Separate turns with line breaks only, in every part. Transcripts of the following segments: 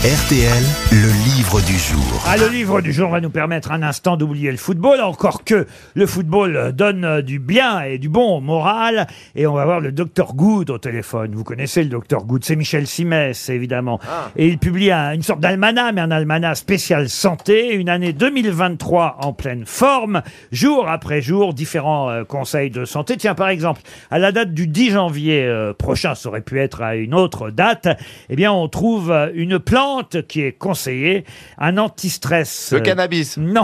RTL, le livre du jour.
Ah, le livre du jour va nous permettre un instant d'oublier le football, encore que le football donne euh, du bien et du bon au moral. Et on va voir le docteur Good au téléphone. Vous connaissez le docteur Good, c'est Michel Simès, évidemment. Et il publie un- une sorte d'almanach, mais un almanach spécial santé, une année 2023 en pleine forme, jour après jour, différents euh, conseils de santé. Tiens, par exemple, à la date du 10 janvier euh, prochain, ça aurait pu être à une autre date, eh bien, on trouve euh, une plante qui est conseillée, un antistress.
Le
euh,
cannabis.
Non,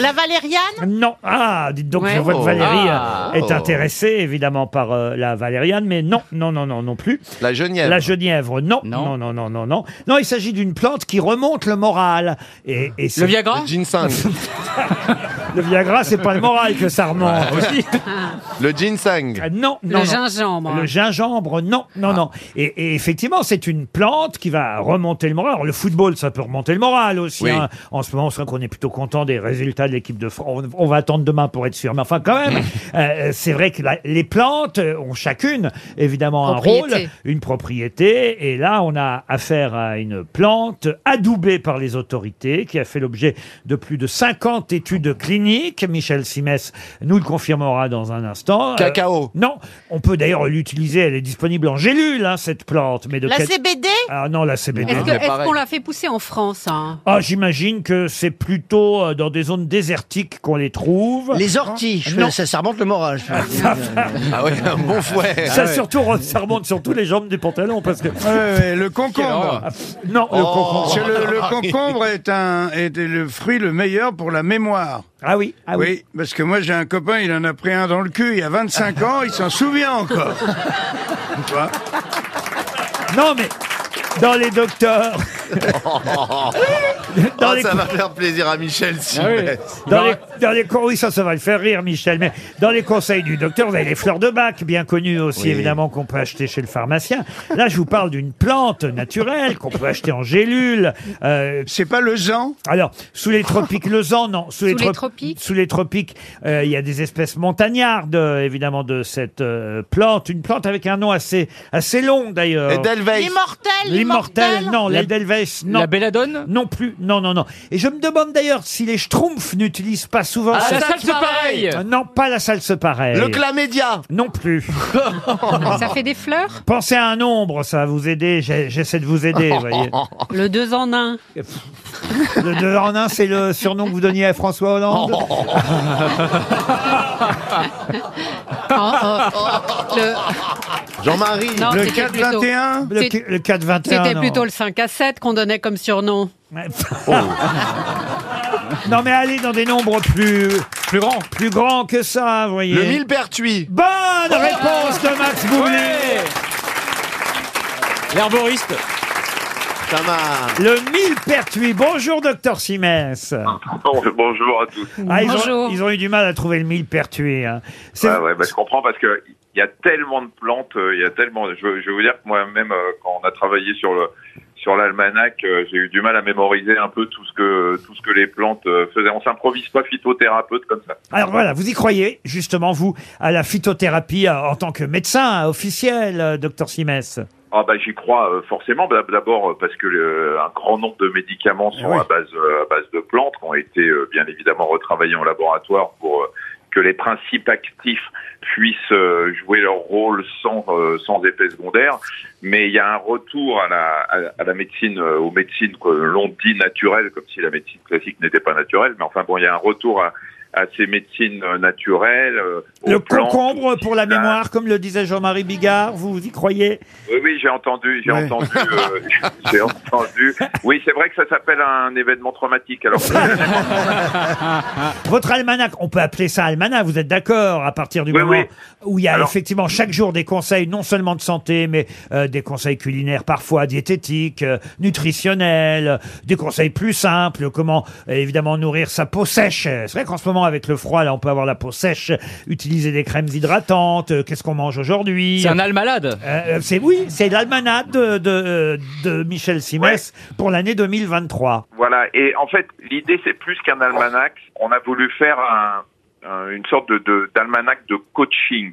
La Valériane
non. Ah, dites donc,
Ouais.
je vois que
Oh.
Valérie euh,
Ah.
est
Oh.
intéressée évidemment par euh, la valériane, mais non, non, non, non, non plus.
La genièvre.
La genièvre, non, non,
Non.
non, non, non, non. Non, il s'agit d'une plante qui remonte le moral. Et, et c'est-
Le Viagra
Le ginseng.
le Viagra, c'est pas le moral que ça remonte aussi.
le ginseng.
Ah, Non, non,
Ah, Le
non.
gingembre.
Le gingembre, non, non, non. Et, et effectivement, c'est une plante qui va remonter le moral. Alors, le football, ça peut remonter le moral aussi.
Oui.
hein. En ce moment, c'est vrai qu'on est plutôt content des résultats de l'équipe de France. On, on va attendre demain pour être sûr. Mais enfin, quand même, euh, c'est vrai que la- les plantes euh, ont chacune, évidemment, un rôle,
Propriété.
une propriété. Et là, on a affaire à une plante adoubée par les autorités qui a fait l'objet de plus de 50 études cliniques. Michel Simès nous le confirmera dans un instant. Euh,
Cacao.
non, on peut d'ailleurs l'utiliser, elle est disponible en gélule, hein, cette plante. Mais de
La
quel-
CBD
Ah non, la CBD.
Est-ce
Est-ce
Non,
que-
mais
est-ce
pareil.
qu'on l'a fait pousser en France hein
Ah, j'imagine que c'est plutôt euh, dans des zones désertiques qu'on les trouve.
Les orties, je fais-
Non.
ça, ça remonte le moral. je fais.
Ah ouais, un bon fouet.
Ça, surtout, re- ça remonte surtout les jambes des pantalons parce que.
le concombre.
Ah, pff, non, le concombre.
Parce que le, le concombre est, un, est le fruit le meilleur pour la mémoire.
Ah oui, ah oui.
oui. parce que moi j'ai un copain, il en a pris un dans le cul il y a 25 ans, il s'en souvient encore. Tu vois
Non, mais dans les docteurs. dans
Oh,
les Ah
ça va faire plaisir à Michel si
Dans les, dans les con- oui, ça, ça va le faire rire, Michel. Mais dans les conseils du docteur, vous avez les fleurs de bac, bien connues aussi, évidemment, qu'on peut acheter chez le pharmacien. Là, je vous parle d'une plante naturelle qu'on peut acheter en gélule. Euh,
C'est pas le zan
alors, sous les tropiques, le zan, non. Sous,
Sous les
trop-
tropiques
Sous les tropiques, euh, il y a des espèces montagnardes, euh, évidemment, de cette euh, plante. Une plante avec un nom assez, assez long, d'ailleurs.
Et Delveil.
L'immortel
L'immortel, non.
La-
L'Edelweiss, non.
La belladone
Non plus, non, non, non. Et je me demande d'ailleurs si les Schtroumpfs n'utilisent pas souvent
Ah,
ça.
La salle, c'est pareil
Euh, Non, pas la salse pareille.
Le clamédia.
non plus.
Ah, Ça fait des fleurs
Pensez à un nombre, ça va vous aider. J'ai- J'essaie de vous aider, vous voyez.
Le deux en un.
Le deux en un, c'est le surnom que vous donniez à François Hollande.
Ah, ah, ah. Le-
Jean-Marie.
Non,
Le
c'était plutôt-
421
le,
c'est-
qui- le 421.
C'était
non.
plutôt le 5 à 7 qu'on donnait comme surnom.
non, mais allez dans des nombres plus,
Plus grand
plus grands que ça, vous voyez.
Le millepertuis.
Bonne réponse de Max Boublil.
L'herboriste
Ça m'a.
Le millepertuis. Bonjour, docteur Simès.
Bon, Bonjour à tous.
Ah, ils, ont,
Bonjour.
ils ont eu du mal à trouver le millepertuis. Hein. C'est-
Ouais, ouais, bah, je comprends parce que il y a tellement de plantes, euh, il y a tellement. Je, veux- je vais vous dire que moi-même, euh, quand on a travaillé sur le sur l'almanach, euh, j'ai eu du mal à mémoriser un peu tout ce que tout ce que les plantes euh, faisaient. On s'improvise pas phytothérapeute comme ça.
Alors voilà, vous y croyez, justement, vous, à la phytothérapie euh, en tant que médecin euh, officiel, euh, docteur Simès.
Ah bah j'y crois euh, forcément. D'ab- D'abord euh, parce que le- un grand nombre de médicaments sont à base euh, à base de plantes qui ont été euh, bien évidemment retravaillés en laboratoire pour euh, que les principes actifs puissent euh, jouer leur rôle sans euh, sans effet secondaire. Mais il y a un retour à la à, à la médecine euh, aux médecines que l'on dit naturelle comme si la médecine classique n'était pas naturelle. Mais enfin bon, il y a un retour à à ces médecines euh, naturelles. euh, aux
Le
plantes,
concombre
aux
pour la
tisanes.
mémoire, comme le disait Jean-Marie Bigard, vous, vous y croyez
Oui, oui, j'ai entendu, j'ai
Ouais.
entendu, euh, j'ai entendu. Oui, c'est vrai que ça s'appelle un événement traumatique. Alors, que-
Votre almanach, on peut appeler ça almanach, vous êtes d'accord, à partir du
Oui,
moment
oui.
où il y a
Alors-
effectivement chaque jour des conseils, non seulement de santé, mais euh, des conseils culinaires parfois, diététiques, euh, nutritionnels, euh, des conseils plus simples, comment euh, évidemment nourrir sa peau sèche. Euh, C'est vrai qu'en ce moment, avec le froid, là, on peut avoir la peau sèche, utiliser des crèmes hydratantes, euh, qu'est-ce qu'on mange aujourd'hui
C'est un al malade
Euh, c'est oui, c'est l'almanach de, de, de Michel Simès pour l'année 2023.
voilà. Et en fait, l'idée, c'est plus qu'un almanach. On a voulu faire un, un- une sorte de, de- d'almanach de coaching.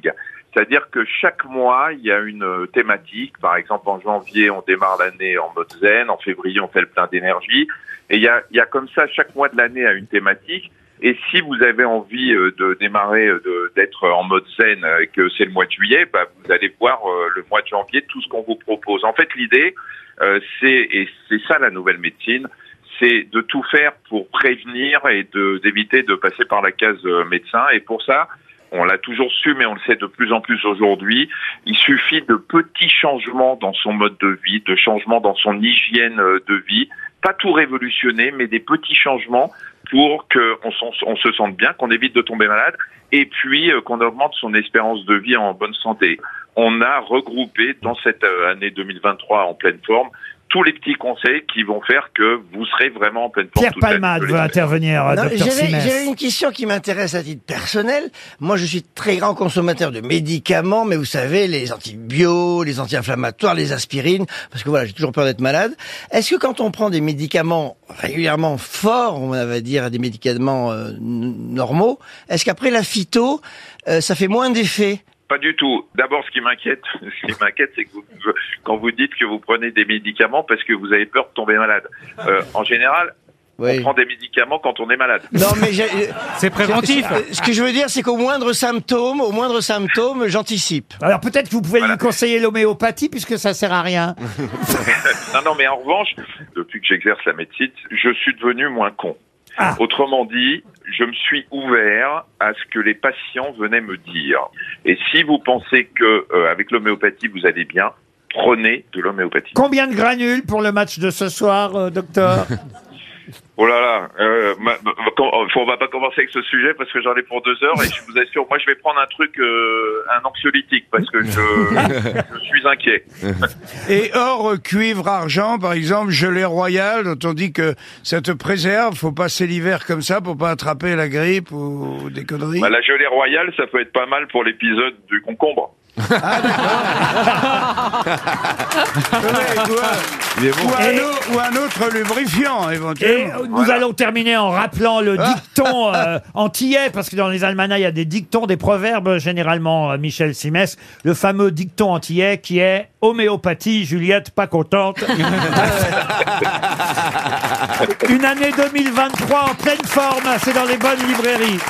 C'est-à-dire que chaque mois, il y a une euh, thématique. Par exemple, en janvier, on démarre l'année en mode zen. En février, on fait le plein d'énergie. Et il y a, il y a comme ça, chaque mois de l'année a une thématique. Et si vous avez envie euh, de démarrer, euh, de- d'être en mode zen euh, et que c'est le mois de juillet, bah, vous allez voir euh, le mois de janvier tout ce qu'on vous propose. En fait, l'idée, euh, c'est, et c'est ça la nouvelle médecine, c'est de tout faire pour prévenir et de, d'éviter de passer par la case euh, médecin. Et pour ça, on l'a toujours su, mais on le sait de plus en plus aujourd'hui. Il suffit de petits changements dans son mode de vie, de changements dans son hygiène euh, de vie. Pas tout révolutionner, mais des petits changements pour qu'on on se sente bien, qu'on évite de tomber malade et puis euh, qu'on augmente son espérance de vie en bonne santé. On a regroupé dans cette euh, année 2023 en pleine forme tous les petits conseils qui vont faire que vous serez vraiment en pleine forme.
Pierre
toute l'année.
Palmade veut intervenir, euh,
Non,
docteur
J'avais j'avais
Simès.
une question qui m'intéresse à titre personnel. Moi, je suis très grand consommateur de médicaments, mais vous savez, les antibiotiques, les anti-inflammatoires, les aspirines, parce que voilà, j'ai toujours peur d'être malade. Est-ce que quand on prend des médicaments régulièrement forts, on va dire des médicaments euh, n- normaux, est-ce qu'après la phyto, euh, ça fait moins d'effet
Pas du tout. D'abord, ce qui m'inquiète, ce qui m'inquiète, c'est que vous, quand vous dites que vous prenez des médicaments parce que vous avez peur de tomber malade. Euh, en général, on
Oui.
prend des médicaments quand on est malade.
Non, mais j'ai-
C'est préventif.
Euh, Ce que je veux dire, c'est qu'au moindre symptôme, au moindre symptôme, j'anticipe.
Alors peut-être que vous pouvez lui conseiller l'homéopathie puisque ça sert à rien.
Non, non, mais en revanche, depuis que j'exerce la médecine, je suis devenu moins con.
Ah.
Autrement dit, je me suis ouvert à ce que les patients venaient me dire. Et si vous pensez que euh, avec l'homéopathie vous allez bien, prenez de l'homéopathie.
Combien de granules pour le match de ce soir, euh, docteur
Oh là là, euh, ma- ma- com- on va pas commencer avec ce sujet parce que j'en ai pour deux heures et je vous assure, moi je vais prendre un truc, euh, un anxiolytique parce que je, je suis inquiet.
Et or, euh, cuivre, argent, par exemple, gelée royale, dont on dit que ça te préserve, faut passer l'hiver comme ça pour pas attraper la grippe ou des conneries.
Bah, la gelée royale, ça peut être pas mal pour l'épisode du concombre.
Ouais, ou, un-
Il est bon.
ou un
Et-
au- ou un autre lubrifiant,
Et euh,
éventuellement.
nous allons terminer en rappelant le dicton euh, antillais, parce que dans les almanachs, il y a des dictons, des proverbes, généralement, euh, Michel Simès, le fameux dicton antillais qui est « homéopathie, Juliette pas contente ». Une année 2023 en pleine forme, c'est dans les bonnes librairies.